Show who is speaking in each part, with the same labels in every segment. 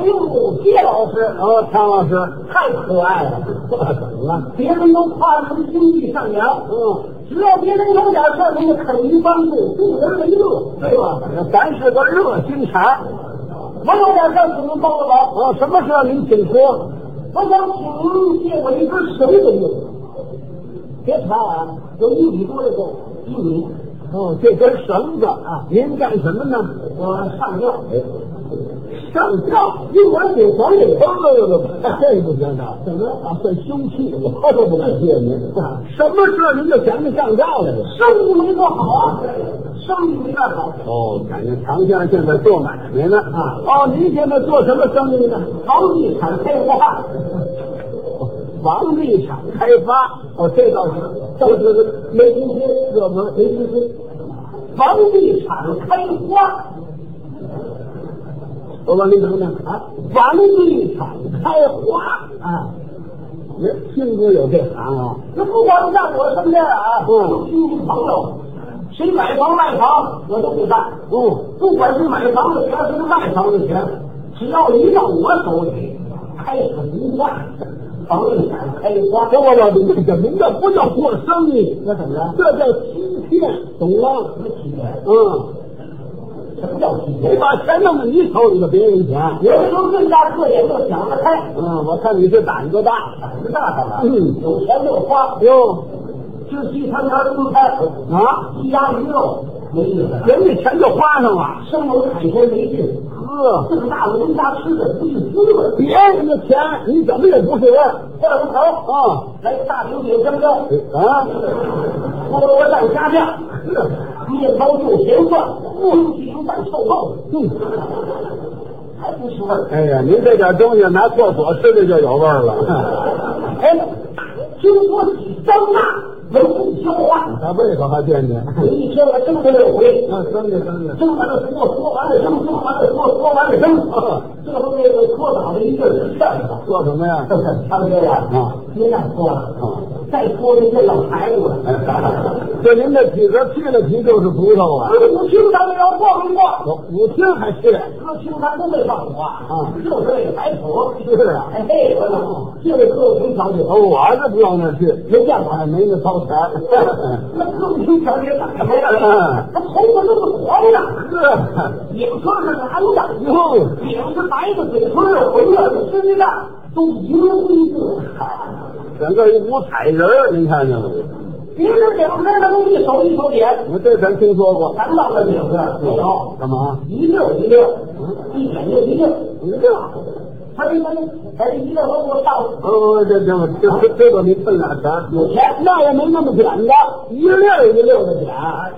Speaker 1: 哎
Speaker 2: 谢老师，
Speaker 1: 哦，汤老师，
Speaker 2: 太可爱了，
Speaker 1: 怎么 了？
Speaker 2: 别人都夸他们经济上扬，
Speaker 1: 嗯，
Speaker 2: 只要别人有点事儿，他就肯于帮助，助人为乐，是吧？
Speaker 1: 哎咱是个热心肠。
Speaker 2: 我有点事儿，请您帮个忙。
Speaker 1: 哦，什么事儿您请说。
Speaker 2: 我想请您借我一根绳子用，别长啊，有一米多的够，一米。
Speaker 1: 哦，这根绳子啊，您干什么呢？
Speaker 2: 我上吊，
Speaker 1: 上吊。
Speaker 2: 一管给黄也
Speaker 1: 不不不不，这不行的，怎么啊？算凶器，我可不敢谢您。什么事儿您就想起上吊来了？
Speaker 2: 生意没做好啊，生意没干好。
Speaker 1: 哦，感觉常先生现在做买卖呢啊。
Speaker 2: 哦，您现在做什么生意呢？房地产开发，
Speaker 1: 房地产开发，
Speaker 2: 哦，这倒是，
Speaker 1: 这是
Speaker 2: 没听说，
Speaker 1: 这不没听说。
Speaker 2: 房地产开发，
Speaker 1: 我问您什么呢？啊，
Speaker 2: 房地产开花，
Speaker 1: 啊，您听说有这行啊？
Speaker 2: 那不光在我身边啊，
Speaker 1: 嗯
Speaker 2: 亲戚朋友，谁买房卖房我都不干，
Speaker 1: 嗯，
Speaker 2: 不管是买房的钱还是卖房的钱，只要一到我手里，开始不换，房地产开花，
Speaker 1: 这我老明白，您这不叫做生意，
Speaker 2: 那怎么了？
Speaker 1: 这叫欺骗，懂吗？
Speaker 2: 什么欺骗？
Speaker 1: 嗯，
Speaker 2: 什么叫欺
Speaker 1: 你
Speaker 2: 骗？
Speaker 1: 把钱弄到你手里的别人钱。
Speaker 2: 有的时候最大特点就想得开，
Speaker 1: 嗯，我看你是胆子大。
Speaker 2: 胆子大干嘛？
Speaker 1: 嗯
Speaker 2: 有钱就花，
Speaker 1: 哟
Speaker 2: 吃西餐盘中餐，
Speaker 1: 啊，
Speaker 2: 鸡鸭鱼肉没意思了。
Speaker 1: 人家钱就花上了。
Speaker 2: 生猛海鲜没劲，
Speaker 1: 呵，
Speaker 2: 正大人家吃的不是滋味，
Speaker 1: 别人的钱你怎么也不是味儿
Speaker 2: 换个头，
Speaker 1: 啊
Speaker 2: 来个大饼饼香蕉，
Speaker 1: 啊！
Speaker 2: 菠萝蘸虾酱，面包就咸饭，红皮蛋臭豆，
Speaker 1: 嗯，
Speaker 2: 还不是味儿。
Speaker 1: 哎呀，您这点东西拿厕所吃着就有味儿了。
Speaker 2: 哎，经过几张大，没人消化。
Speaker 1: 那胃口还惦记？
Speaker 2: 我哎一天我蒸他六回，
Speaker 1: 那啊生的生的，
Speaker 2: 蒸完了说，说完了蒸，蒸完了说，说完了蒸。最后那个搓澡的一劲儿扇子。
Speaker 1: 啊做什么
Speaker 2: 啊
Speaker 1: 呀？
Speaker 2: 唱歌呀，
Speaker 1: 啊，
Speaker 2: 别再说了，再说人家要抬我了。
Speaker 1: 就您这体格，去了皮就是骨头啊！
Speaker 2: 不听咱们要逛一逛，
Speaker 1: 我我听还去，
Speaker 2: 歌厅咱都没放过啊，就是为了摆谱。
Speaker 1: 是啊。
Speaker 2: 哎，这个呢，这位歌舞厅小姐，
Speaker 1: 哦，我儿子不往那儿去，
Speaker 2: 没见过，
Speaker 1: 哎，没那掏钱 儿。
Speaker 2: 那歌舞厅小姐长什么样？
Speaker 1: 啊
Speaker 2: 她头发都是黄的，
Speaker 1: 是，啊
Speaker 2: 脸唇是蓝的，
Speaker 1: 哟，
Speaker 2: 脸是白的，嘴唇是红的，身上都银灰 色。
Speaker 1: 整个一五彩人儿，您看见了吗？
Speaker 2: 一只两只能一手一手点，
Speaker 1: 我这咱听说过。
Speaker 2: 咱到了两个没有。
Speaker 1: 干嘛？嗯
Speaker 2: 一溜一溜，一点就一溜。
Speaker 1: 这，
Speaker 2: 他这他这，他这一溜都给我上了。
Speaker 1: 呃，这这这这个您分俩钱儿，
Speaker 2: 有钱，
Speaker 1: 那也没那么简单，一溜一溜的捡，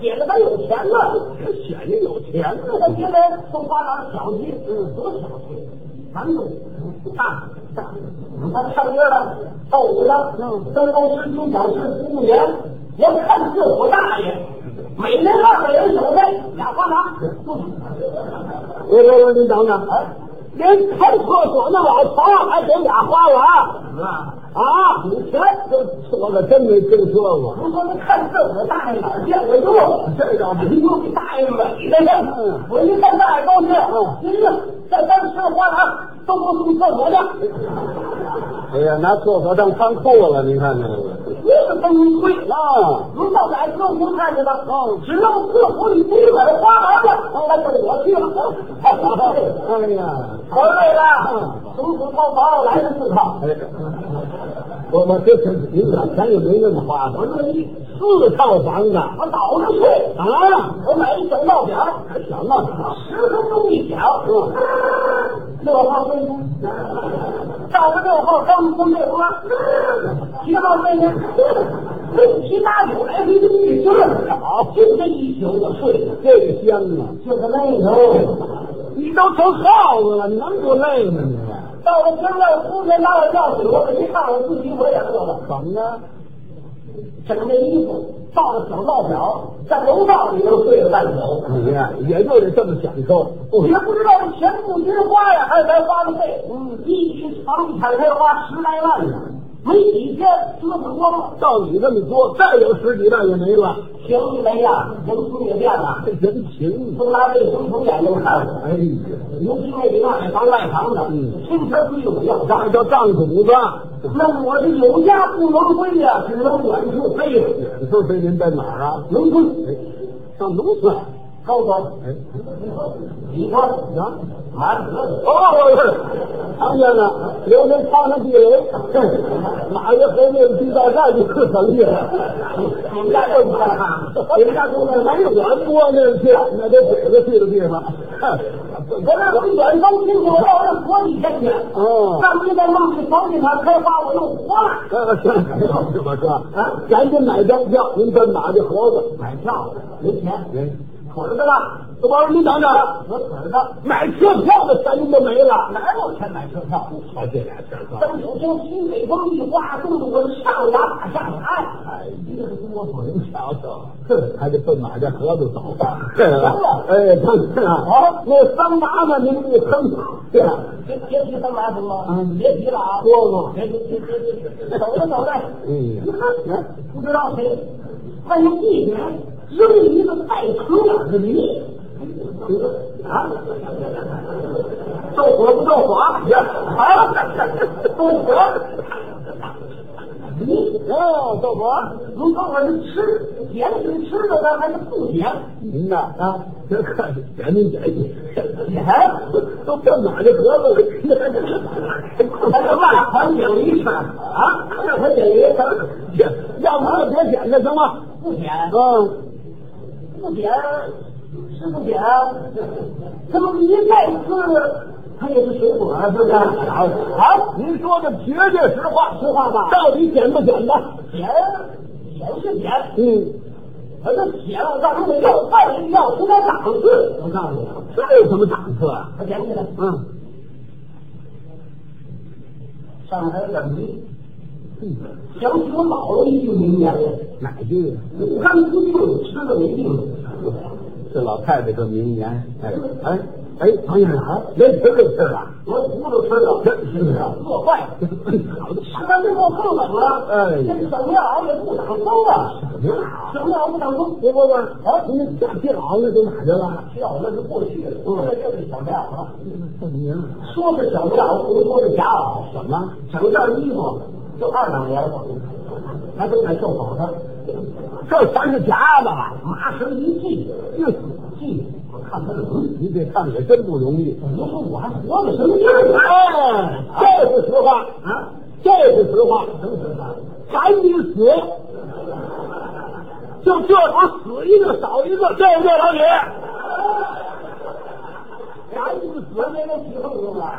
Speaker 2: 写的他有钱了。
Speaker 1: 显着有钱
Speaker 2: 这个别人都花点小气，多小气，难度大大。他唱歌了，跳舞了，登高吃金奖是服务员，我看这我大爷，每人二百人小费，俩花郎。
Speaker 1: 我我我，您等等，
Speaker 2: 哎
Speaker 1: 您开厕所那老头儿还给俩花篮
Speaker 2: 啊，
Speaker 1: 啊？
Speaker 2: 有钱。
Speaker 1: 这我可真没听说过。
Speaker 2: 您说您看这我大爷哪儿见过这个？
Speaker 1: 这倒是
Speaker 2: 您说给大爷美的呀！我一看大爷高兴，您这在咱吃花篮都不送厕所去，
Speaker 1: 哎呀，拿厕所当仓库了，您看见了吗？
Speaker 2: 您是真贵了。
Speaker 1: 啊，
Speaker 2: 您到哪儿都能看见了，只要厕所里堆满花篮了，那就是我去了。
Speaker 1: 哎呀，
Speaker 2: 回来了，从此套房来了四套，
Speaker 1: 哎，我我这您俩钱也没那么花的，
Speaker 2: 我这么一
Speaker 1: 四套房子
Speaker 2: 我倒着睡。
Speaker 1: 啊。
Speaker 2: 我买一小闹表，小闹表，十分钟一响，六号飞机，照着六号钢从这波，七号飞机，七八九来回就一宿好，就这一宿我睡了，
Speaker 1: 这个香啊！
Speaker 2: 就是累头。
Speaker 1: 你都成耗子了，你能不累吗你？
Speaker 2: 到了天亮，忽然拉我吊起，我可一看我自己，我也饿了。
Speaker 1: 怎么呢？
Speaker 2: 整这衣服，抱着小闹表，在楼道里头睡了半宿。
Speaker 1: 你哎呀、也就得这么享受。
Speaker 2: 也不知道这钱不值花呀，还是白花了费。嗯，一一场地产开花十来万呢，没几天狮子光了，
Speaker 1: 照你这么说，再有十几万也没了，
Speaker 2: 情绪没了，人心也变了
Speaker 1: 这。人情。
Speaker 2: 从拉这从从眼睛看，
Speaker 1: 啊哎呀，
Speaker 2: 尤其那个那房外房的，
Speaker 1: 嗯
Speaker 2: 心头对我要账
Speaker 1: 那。叫账主子。
Speaker 2: 那我是有家不能归呀、只能远处飞呀。
Speaker 1: 你说这您在哪儿啊？
Speaker 2: 农村
Speaker 1: 上农村。
Speaker 2: 高高，
Speaker 1: 哎，
Speaker 2: 你看
Speaker 1: 啊，
Speaker 2: 满子
Speaker 1: 哦，看见了，刘人插上地雷，马爷和那个地道战就是很厉害。
Speaker 2: 你们家这么看看，你们家住在哪
Speaker 1: 还
Speaker 2: 儿
Speaker 1: 有我多呢，去那得腿子去的地方。
Speaker 2: 我那从远方听听，我到那活几天去。
Speaker 1: 哦
Speaker 2: 上回在梦里房地产开发，我又活了。
Speaker 1: 呃，这么说啊，赶紧买张票，您跟马这盒子。
Speaker 2: 买票没钱，
Speaker 1: 哎，
Speaker 2: 腿儿的了，
Speaker 1: 我告诉您等等，
Speaker 2: 我腿儿的，
Speaker 1: 买车票的钱您都没了。
Speaker 2: 哪有钱买车票？
Speaker 1: 瞧啊这俩事儿
Speaker 2: 张九江西北风一刮，冻得我上牙打下牙。哎，一个多嘴。
Speaker 1: 瞧瞧，还得奔马这盒子走。哎，看看啊，那桑麻呢？您给坑
Speaker 2: 别别提三百什么，
Speaker 1: 嗯
Speaker 2: 别提了啊，
Speaker 1: 说说
Speaker 2: 别别别别别，走着走着，
Speaker 1: 嗯
Speaker 2: 你看不知道谁问那地点，扔了一个带壳眼的梨，啊，着火不着火啊？着火，梨
Speaker 1: 哦，豆腐，
Speaker 2: 您看我是吃甜是吃的呢，还是不甜？
Speaker 1: 您呐啊，这看赶紧赶紧，
Speaker 2: 甜，
Speaker 1: 都奔马这盒子了。
Speaker 2: 咱这外环境梨吃啊，外环境梨吃
Speaker 1: 要不就别捡了，行吗？
Speaker 2: 不甜。
Speaker 1: 嗯，
Speaker 2: 不点是不点，这么一再吃，它也是水果，是不是？啊，
Speaker 1: 您说的绝对实话，
Speaker 2: 实话吧
Speaker 1: 到底捡不捡的？
Speaker 2: 甜甜是甜，
Speaker 1: 嗯，
Speaker 2: 而这甜让他们要饭要出点档次，
Speaker 1: 我告诉你，这有什么档次啊？
Speaker 2: 我捡起来，
Speaker 1: 嗯，
Speaker 2: 上海冷皮，想起我姥姥一句名言了：
Speaker 1: 哪句？
Speaker 2: 干不净，吃的没病。
Speaker 1: 这老太太这名言，哎哎哎，王先生，连吃都吃了，
Speaker 2: 我糊涂吃了，真是的，饿坏了。吃完之后更冷了，
Speaker 1: 哎
Speaker 2: 这小棉袄也不挡风啊，小棉袅不挡风。
Speaker 1: 不不不，啊，您下地老那都哪去了？
Speaker 2: 票那是过去的，现在就是小棉袄了。
Speaker 1: 这名
Speaker 2: 说是小棉袄，不说是假袄。
Speaker 1: 什么？
Speaker 2: 整件衣服就二两棉花，还都买进口的，
Speaker 1: 这全是假的了。
Speaker 2: 麻绳一系，系，我看他冷。
Speaker 1: 你这看也真不容易。
Speaker 2: 你说我还活着什么劲儿啊？
Speaker 1: 哎，这是实话
Speaker 2: 啊，
Speaker 1: 这是实话。
Speaker 2: 什么情况？
Speaker 1: 赶紧死，就这时死一个少一个，对不对，老李？
Speaker 2: 赶紧死没人起哄用了，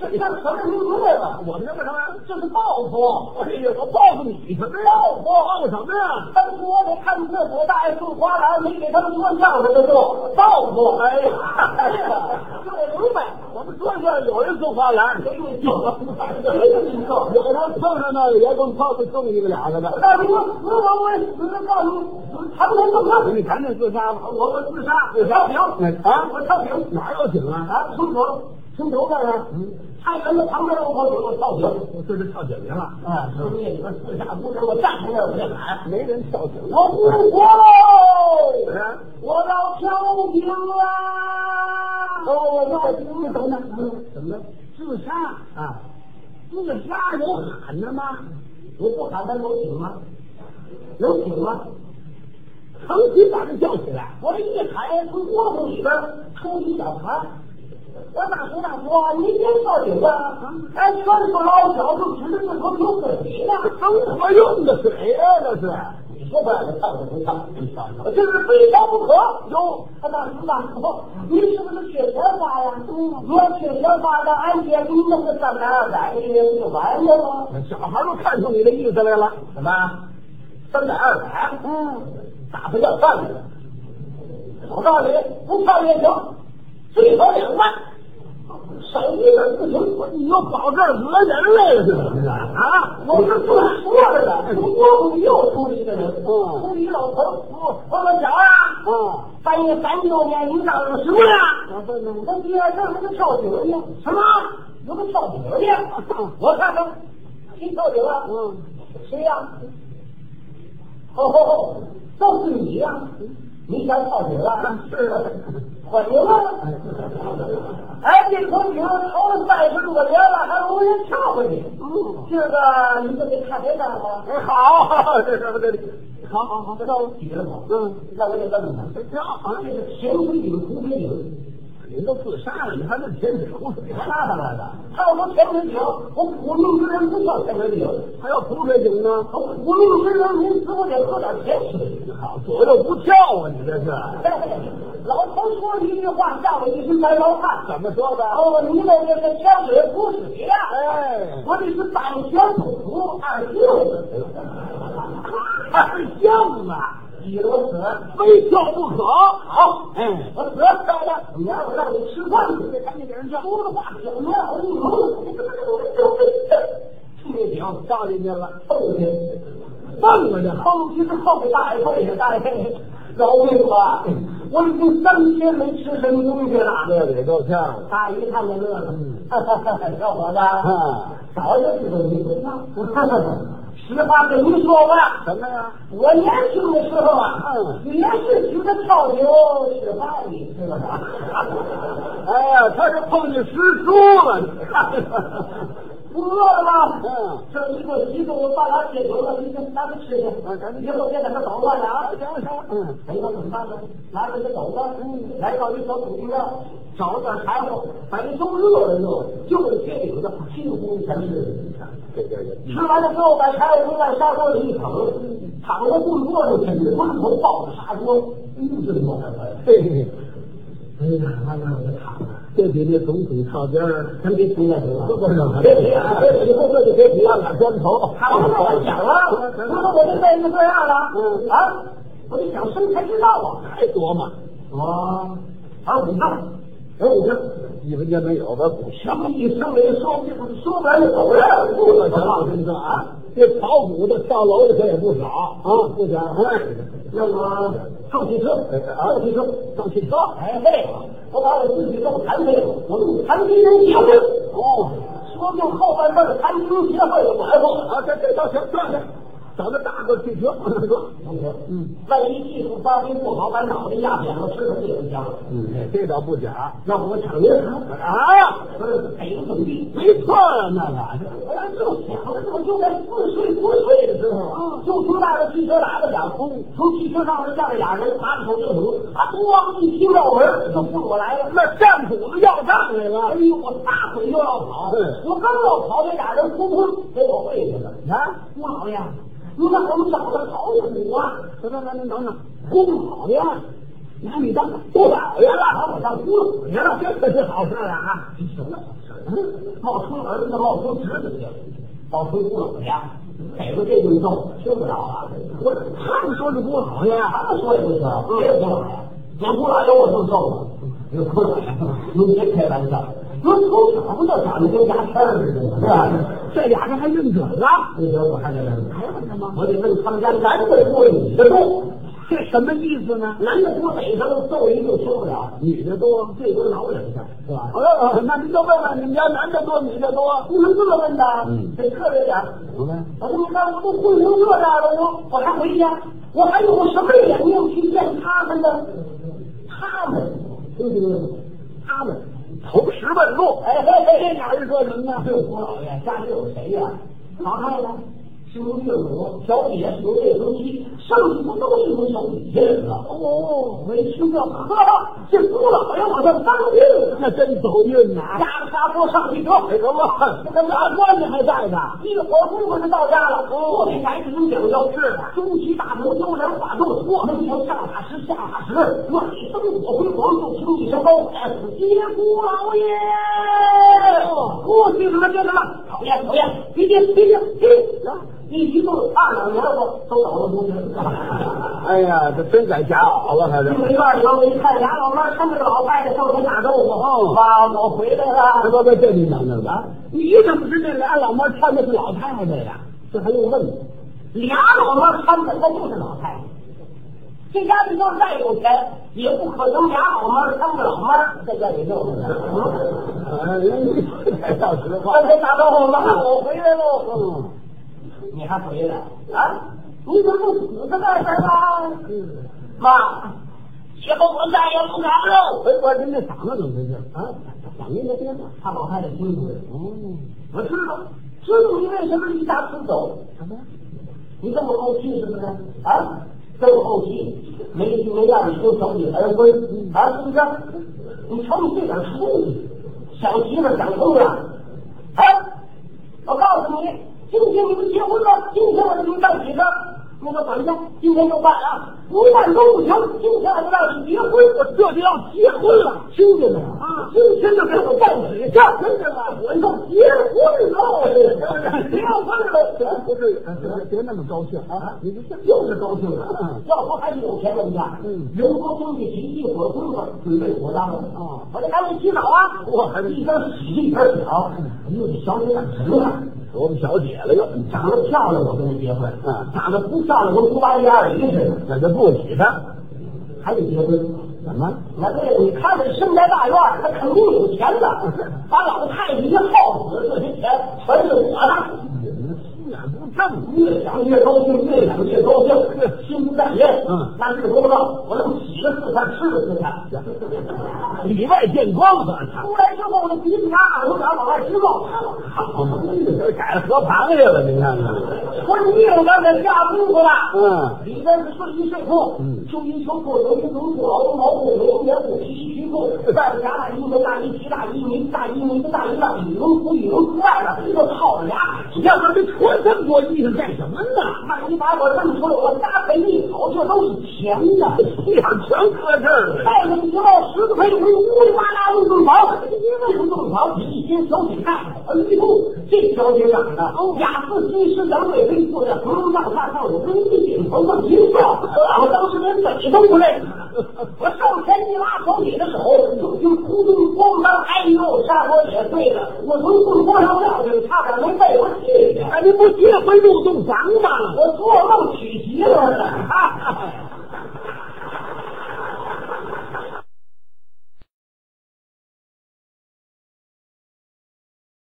Speaker 2: 这干什么明白了？
Speaker 1: 我们这干什么呀？
Speaker 2: 这是报复。
Speaker 1: 哎呀，我报复你什么呀？报复什么呀？
Speaker 2: 他们说的看厕所大爷送花篮，没给他们说相声的就报复。
Speaker 1: 哎呀
Speaker 2: 哎呀，这我明白。
Speaker 1: 我们说这有人送花篮，
Speaker 2: 谁给救了？谁救？
Speaker 1: 有人碰上那个也跟碰上送一个俩个的。
Speaker 2: 那你说死我，我也死了，告诉你，长城怎么
Speaker 1: 你赶紧自杀吧！
Speaker 2: 我我自杀，我跳井
Speaker 1: 啊
Speaker 2: 我跳井
Speaker 1: 哪有井啊？
Speaker 2: 啊，村头村头干啥？
Speaker 1: 嗯，
Speaker 2: 太原的旁边我跑井，我跳井。
Speaker 1: 我这是跳井去了，
Speaker 2: 啊，深夜里边自杀不是我站在那儿我就喊，
Speaker 1: 没人跳井
Speaker 2: 我不活喽！
Speaker 1: 啊！
Speaker 2: 我要跳井啦！
Speaker 1: 哦，我跳井，你等等
Speaker 2: 嗯，
Speaker 1: 怎么了？
Speaker 2: 自杀，
Speaker 1: 啊，
Speaker 2: 自杀
Speaker 1: 有
Speaker 2: 有
Speaker 1: 喊的吗？
Speaker 2: 我不喊他有井吗？有井吗？
Speaker 1: 成群把人叫起来。
Speaker 2: 我这一喊，从窝子里边出一小孩儿。我大叔大叔啊，您别报警吧？
Speaker 1: 啊
Speaker 2: 咱拴手捞脚就指着这头流水呢。
Speaker 1: 生活用的水呀、这是。
Speaker 2: 你说吧，我上不上？
Speaker 1: 你瞧瞧
Speaker 2: 我这是非烧不可。哟，他大叔大叔，您是不是血钱花呀？嗯，你要血钱花的，俺姐给你弄个三百二百的，不就完了吗？
Speaker 1: 小孩都看出你的意思来了。
Speaker 2: 什么？三百二百？
Speaker 1: 嗯，
Speaker 2: 打发要饭去了。我告诉你，不饭也行，最少两万。少一点不行，
Speaker 1: 你又跑这儿讹人来了是怎么着？啊，
Speaker 2: 我是做说着的，从锅里又出了一个人，
Speaker 1: 嗯
Speaker 2: 出了一老头儿，我说小啊，
Speaker 1: 啊，
Speaker 2: 半夜三六点，你长什么呀？
Speaker 1: 打算呢？
Speaker 2: 那第二天还个跳井呢？什么？有个跳井的？我看看，新头领啊，
Speaker 1: 嗯，
Speaker 2: 谁呀、哦哦哦，都是你呀、你想报警了？是，我明白了。哎，这头警头了三十多年了，还没人查过你。
Speaker 1: 嗯
Speaker 2: 这个你就得看谁干了。
Speaker 1: 好，这什么这好好好，
Speaker 2: 让我举了吧。
Speaker 1: 嗯，
Speaker 2: 那我得问问
Speaker 1: 这好
Speaker 2: 他，这是潜水井、湖水井，
Speaker 1: 你都自杀了，你还能潜水湖水？
Speaker 2: 那当然了。他要说潜水井，我苦命之人不叫潜水井，
Speaker 1: 还有浮水井呢？
Speaker 2: 我苦命之人您只不得喝点甜水。
Speaker 1: 好，左右不跳啊，你这是
Speaker 2: 嘿嘿老头说了一句话，吓我一身白毛汗。
Speaker 1: 怎么说的？
Speaker 2: 哦，你们这是香水不水呀？
Speaker 1: 哎，
Speaker 2: 我这是党权不服，二舅，
Speaker 1: 还是像啊，
Speaker 2: 你我死，
Speaker 1: 非跳不可。好，哎，
Speaker 2: 我死漂亮，你让我让你吃饭去，你得赶紧给人家说的话，小娘我一
Speaker 1: 这井掉进去了，
Speaker 2: 蹦去，
Speaker 1: 蹦了呢。
Speaker 2: 蹦去是蹦给大爷背上，大爷饶命吧！我已经三天没吃什么东西了。
Speaker 1: 这也够呛了。
Speaker 2: 大姨看见乐了，哈哈哈哈，小伙子。
Speaker 1: 啊，
Speaker 2: 早就知道你不上。 实话跟您说吧，
Speaker 1: 什么呀？
Speaker 2: 我年轻的时候啊，
Speaker 1: 嗯
Speaker 2: 也是觉得跳牛是吧？你知道吧？
Speaker 1: 哎呀，他是碰见师叔了，你看。
Speaker 2: 不饿了吗？
Speaker 1: 嗯，
Speaker 2: 这一个一个我把俩解牛了，你先拿着吃去。
Speaker 1: 啊赶紧
Speaker 2: 以后别在这捣乱了啊！行行，
Speaker 1: 嗯，
Speaker 2: 哎呀，怎么办呢？拿着这个斗子，来到一所土地庙，找了点柴火，把这都热了热了，就是铁饼子，屁股全是。
Speaker 1: 这边也
Speaker 2: 吃完了之后，把柴火往砂锅里一捧，躺在棍桌上去，闷头抱着砂锅，嗯，这多
Speaker 1: 嘿嘿，哎呀，哎呀，这比那总统靠边儿，
Speaker 2: 咱别提那谁了，
Speaker 1: 不是
Speaker 2: 别提啊，别提，
Speaker 1: 以后这就别提了，砖头。
Speaker 2: 他不让我讲了，不是我这辈子这样了，
Speaker 1: 嗯
Speaker 2: 啊，我得想生才知道啊，哦
Speaker 1: 还琢磨，
Speaker 2: 我玩股票，玩股票。
Speaker 1: 你们家没有吧？股
Speaker 2: 什么一生没说，这不说完就走人，不
Speaker 1: 我告诉你说啊，这炒股的跳楼的可也不少啊，不少。哎，
Speaker 2: 那么上汽车，上汽车，
Speaker 1: 上汽车，
Speaker 2: 哎嘿，我把我自己弄残废了，我弄残疾人协会，
Speaker 1: 哦，
Speaker 2: 说不定后半辈子残疾人协会就埋伏了。
Speaker 1: 啊，这这倒行，这这，找那大个汽车，嗯
Speaker 2: 万一技术发挥不好，把脑袋压扁了，吃什么也不香了。
Speaker 1: 嗯，这倒不假
Speaker 2: 那我抢银行，
Speaker 1: 啊，
Speaker 2: 不是北京本地。
Speaker 1: 没错啊，那个。
Speaker 2: 我当时就想了，我就在四岁多岁的时候啊，就从那个汽车喇叭响，从汽车上面下来俩人，拿着手电筒，啊，咣一听到门，就冲我来了。
Speaker 1: 那战鼓子要账来
Speaker 2: 哎
Speaker 1: 了，
Speaker 2: 呦，我撒腿就要跑，
Speaker 1: 嗯
Speaker 2: 我刚要跑，这俩人扑通给我跪下了。
Speaker 1: 啊，
Speaker 2: 不好呀，你怎么找的好苦啊？
Speaker 1: 等等等等等，
Speaker 2: 不好呀，拿你当不好呀，拿我当不好呀了，这可是好事啊！啊，什么好事？嗯，冒充儿子，冒充侄子去了，冒充姑姥呀，逮住这顿揍，听不着啊！我
Speaker 1: 他们说是不好
Speaker 2: 他
Speaker 1: 呀，
Speaker 2: 们说也不行，别姑姥呀，连姑姥爷我都揍了。这姑姥呀，您别开玩笑，您从小不就长得跟牙签儿似的吗？是吧？
Speaker 1: 这俩人还认准了，
Speaker 2: 这点我看见了，
Speaker 1: 看见吗？
Speaker 2: 我得问他们家男的过女的多，
Speaker 1: 这什么意思呢？
Speaker 2: 男的多逮上揍一顿受不了。
Speaker 1: 女的多，
Speaker 2: 这都挠两下，是吧？
Speaker 1: 呃，那您就问问你们家男的多，女的多，
Speaker 2: 不能这么问的，
Speaker 1: 嗯
Speaker 2: 得客气点儿。
Speaker 1: 怎么
Speaker 2: 我说你看，哎我都混成这样了，我我还回去，我还有什么脸面去见他们呢？他们，对对对，他们，
Speaker 1: 投石问路，
Speaker 2: 哎嘿嘿，这
Speaker 1: 哪是说人呢？
Speaker 2: 这郭老爷家里有谁呀、老太太是您岳母，小姐是您未婚妻，剩下的都是您小底下人了。哦，没听这喝了，这郭老爷我算当运了。
Speaker 1: 那真走运呐！
Speaker 2: 大着砂锅上汽车，
Speaker 1: 哎什
Speaker 2: 啊
Speaker 1: 么？
Speaker 2: 这大官呢还在呢，一会儿功夫就到家了。我给孩子们讲究，是的，中旗大鼓，悠然化动，过门桥下马石，下马石，万里灯火辉煌，就听一声高喊：“接姑老爷！”哦，接着了，接着了，讨厌，讨厌，别接，别接，别接！一激动，二两年我都倒了同学。
Speaker 1: 哎呀，这真改假袄了，还是
Speaker 2: 进了院里头，我一看俩老妈搀着个老太太上前打招呼：“妈，我回来了。”
Speaker 1: 不不，这你等等
Speaker 2: 啊
Speaker 1: 吧。你怎么知道俩老妈穿的是老太太呀？
Speaker 2: 这还用问吗？俩老头看着他就是老太太。这家里要是再有钱，也不可能俩老妈看着老妈在家里弄着。
Speaker 1: 哎，要实话
Speaker 2: 刚才嗯打招呼妈，我回来喽。嗯你还回来啊？你怎么死在那儿啊？妈，以后我再也不敢喽。
Speaker 1: 哎，我您这嗓子怎么回事啊？嗓音没变吗？
Speaker 2: 他老太太清楚了，
Speaker 1: 哦，
Speaker 2: 我知道，知道你为什么离家出走。
Speaker 1: 什么？
Speaker 2: 你这么怄气是不是？啊，这么怄气，没心没让你跟小女孩婚啊，是不是？你瞅你这点出息，想媳妇儿想通了，啊！我告诉你，今天你们结婚了，今天我就给你办喜事儿。那个管家，今天就办啊，不办都不行。今天我就让你结婚，我这就要结婚了，
Speaker 1: 听见没有？
Speaker 2: 啊！今天就给我办喜事儿，真的吗？我要结婚了，结婚了。
Speaker 1: 不至于，别别那么高兴啊！你这
Speaker 2: 就是高兴啊
Speaker 1: 嗯！
Speaker 2: 要不还是有钱人家，
Speaker 1: 嗯
Speaker 2: 油锅东西齐，一火功夫，准备妥当了
Speaker 1: 啊
Speaker 2: 我这赶紧洗澡啊！
Speaker 1: 我还是
Speaker 2: 一边洗一边想，哎呦，这小姐长直了，
Speaker 1: 嗯
Speaker 2: 嗯
Speaker 1: 我们小姐了又，
Speaker 2: 长得漂亮我跟她结婚，
Speaker 1: 嗯
Speaker 2: 长得不漂亮跟猪八戒二驴似的，
Speaker 1: 那就不理他。
Speaker 2: 还得结婚。
Speaker 1: 怎么？
Speaker 2: 我对了，你看这身宅大院，他肯定有钱的，把老太太一耗死，这些钱全是我的。
Speaker 1: 你们信仰不正。
Speaker 2: 越想越高兴，越想越高兴，心不在焉。
Speaker 1: 嗯
Speaker 2: 那是公道，我能洗个四餐，吃个四餐。
Speaker 1: 里外见光了，
Speaker 2: 出来之后，我的鼻子眼、耳朵眼往外直冒，
Speaker 1: 好嘛，这改了河螃蟹了，您看看。
Speaker 2: 穿衣服刚才下功夫了。
Speaker 1: 嗯，
Speaker 2: 里边是睡衣睡裤，
Speaker 1: 嗯
Speaker 2: 秋衣秋裤，牛皮绒裤，袄绒毛裤，牛棉裤，皮衣皮裤，
Speaker 1: 嗯
Speaker 2: 外边夹大衣服，大衣皮大衣，呢子大衣，呢子大衣，大羽绒服，羽绒服外边又套着俩，
Speaker 1: 要不然这穿这么多衣裳干什么呢？
Speaker 2: 万一把我认出来，我搭配一瞅，这都是钱呀！
Speaker 1: 信仰全搁这儿了。
Speaker 2: 戴上一帽十个配回乌里哇啦弄洞房，为什么洞房？一斤小米饭，哎呦，这小姐长得雅四金狮杨贵妃坐在芙蓉帐下上，有跟一顶头上一笑，我当时连嘴都不累。我上前一拉小姐的手，就听扑通咣当，哎呦，砂锅也碎了，我从洞锅上撂下，差点没被我气的。
Speaker 1: 哎，您不结婚入洞房吗？
Speaker 2: 我做梦娶媳妇儿了。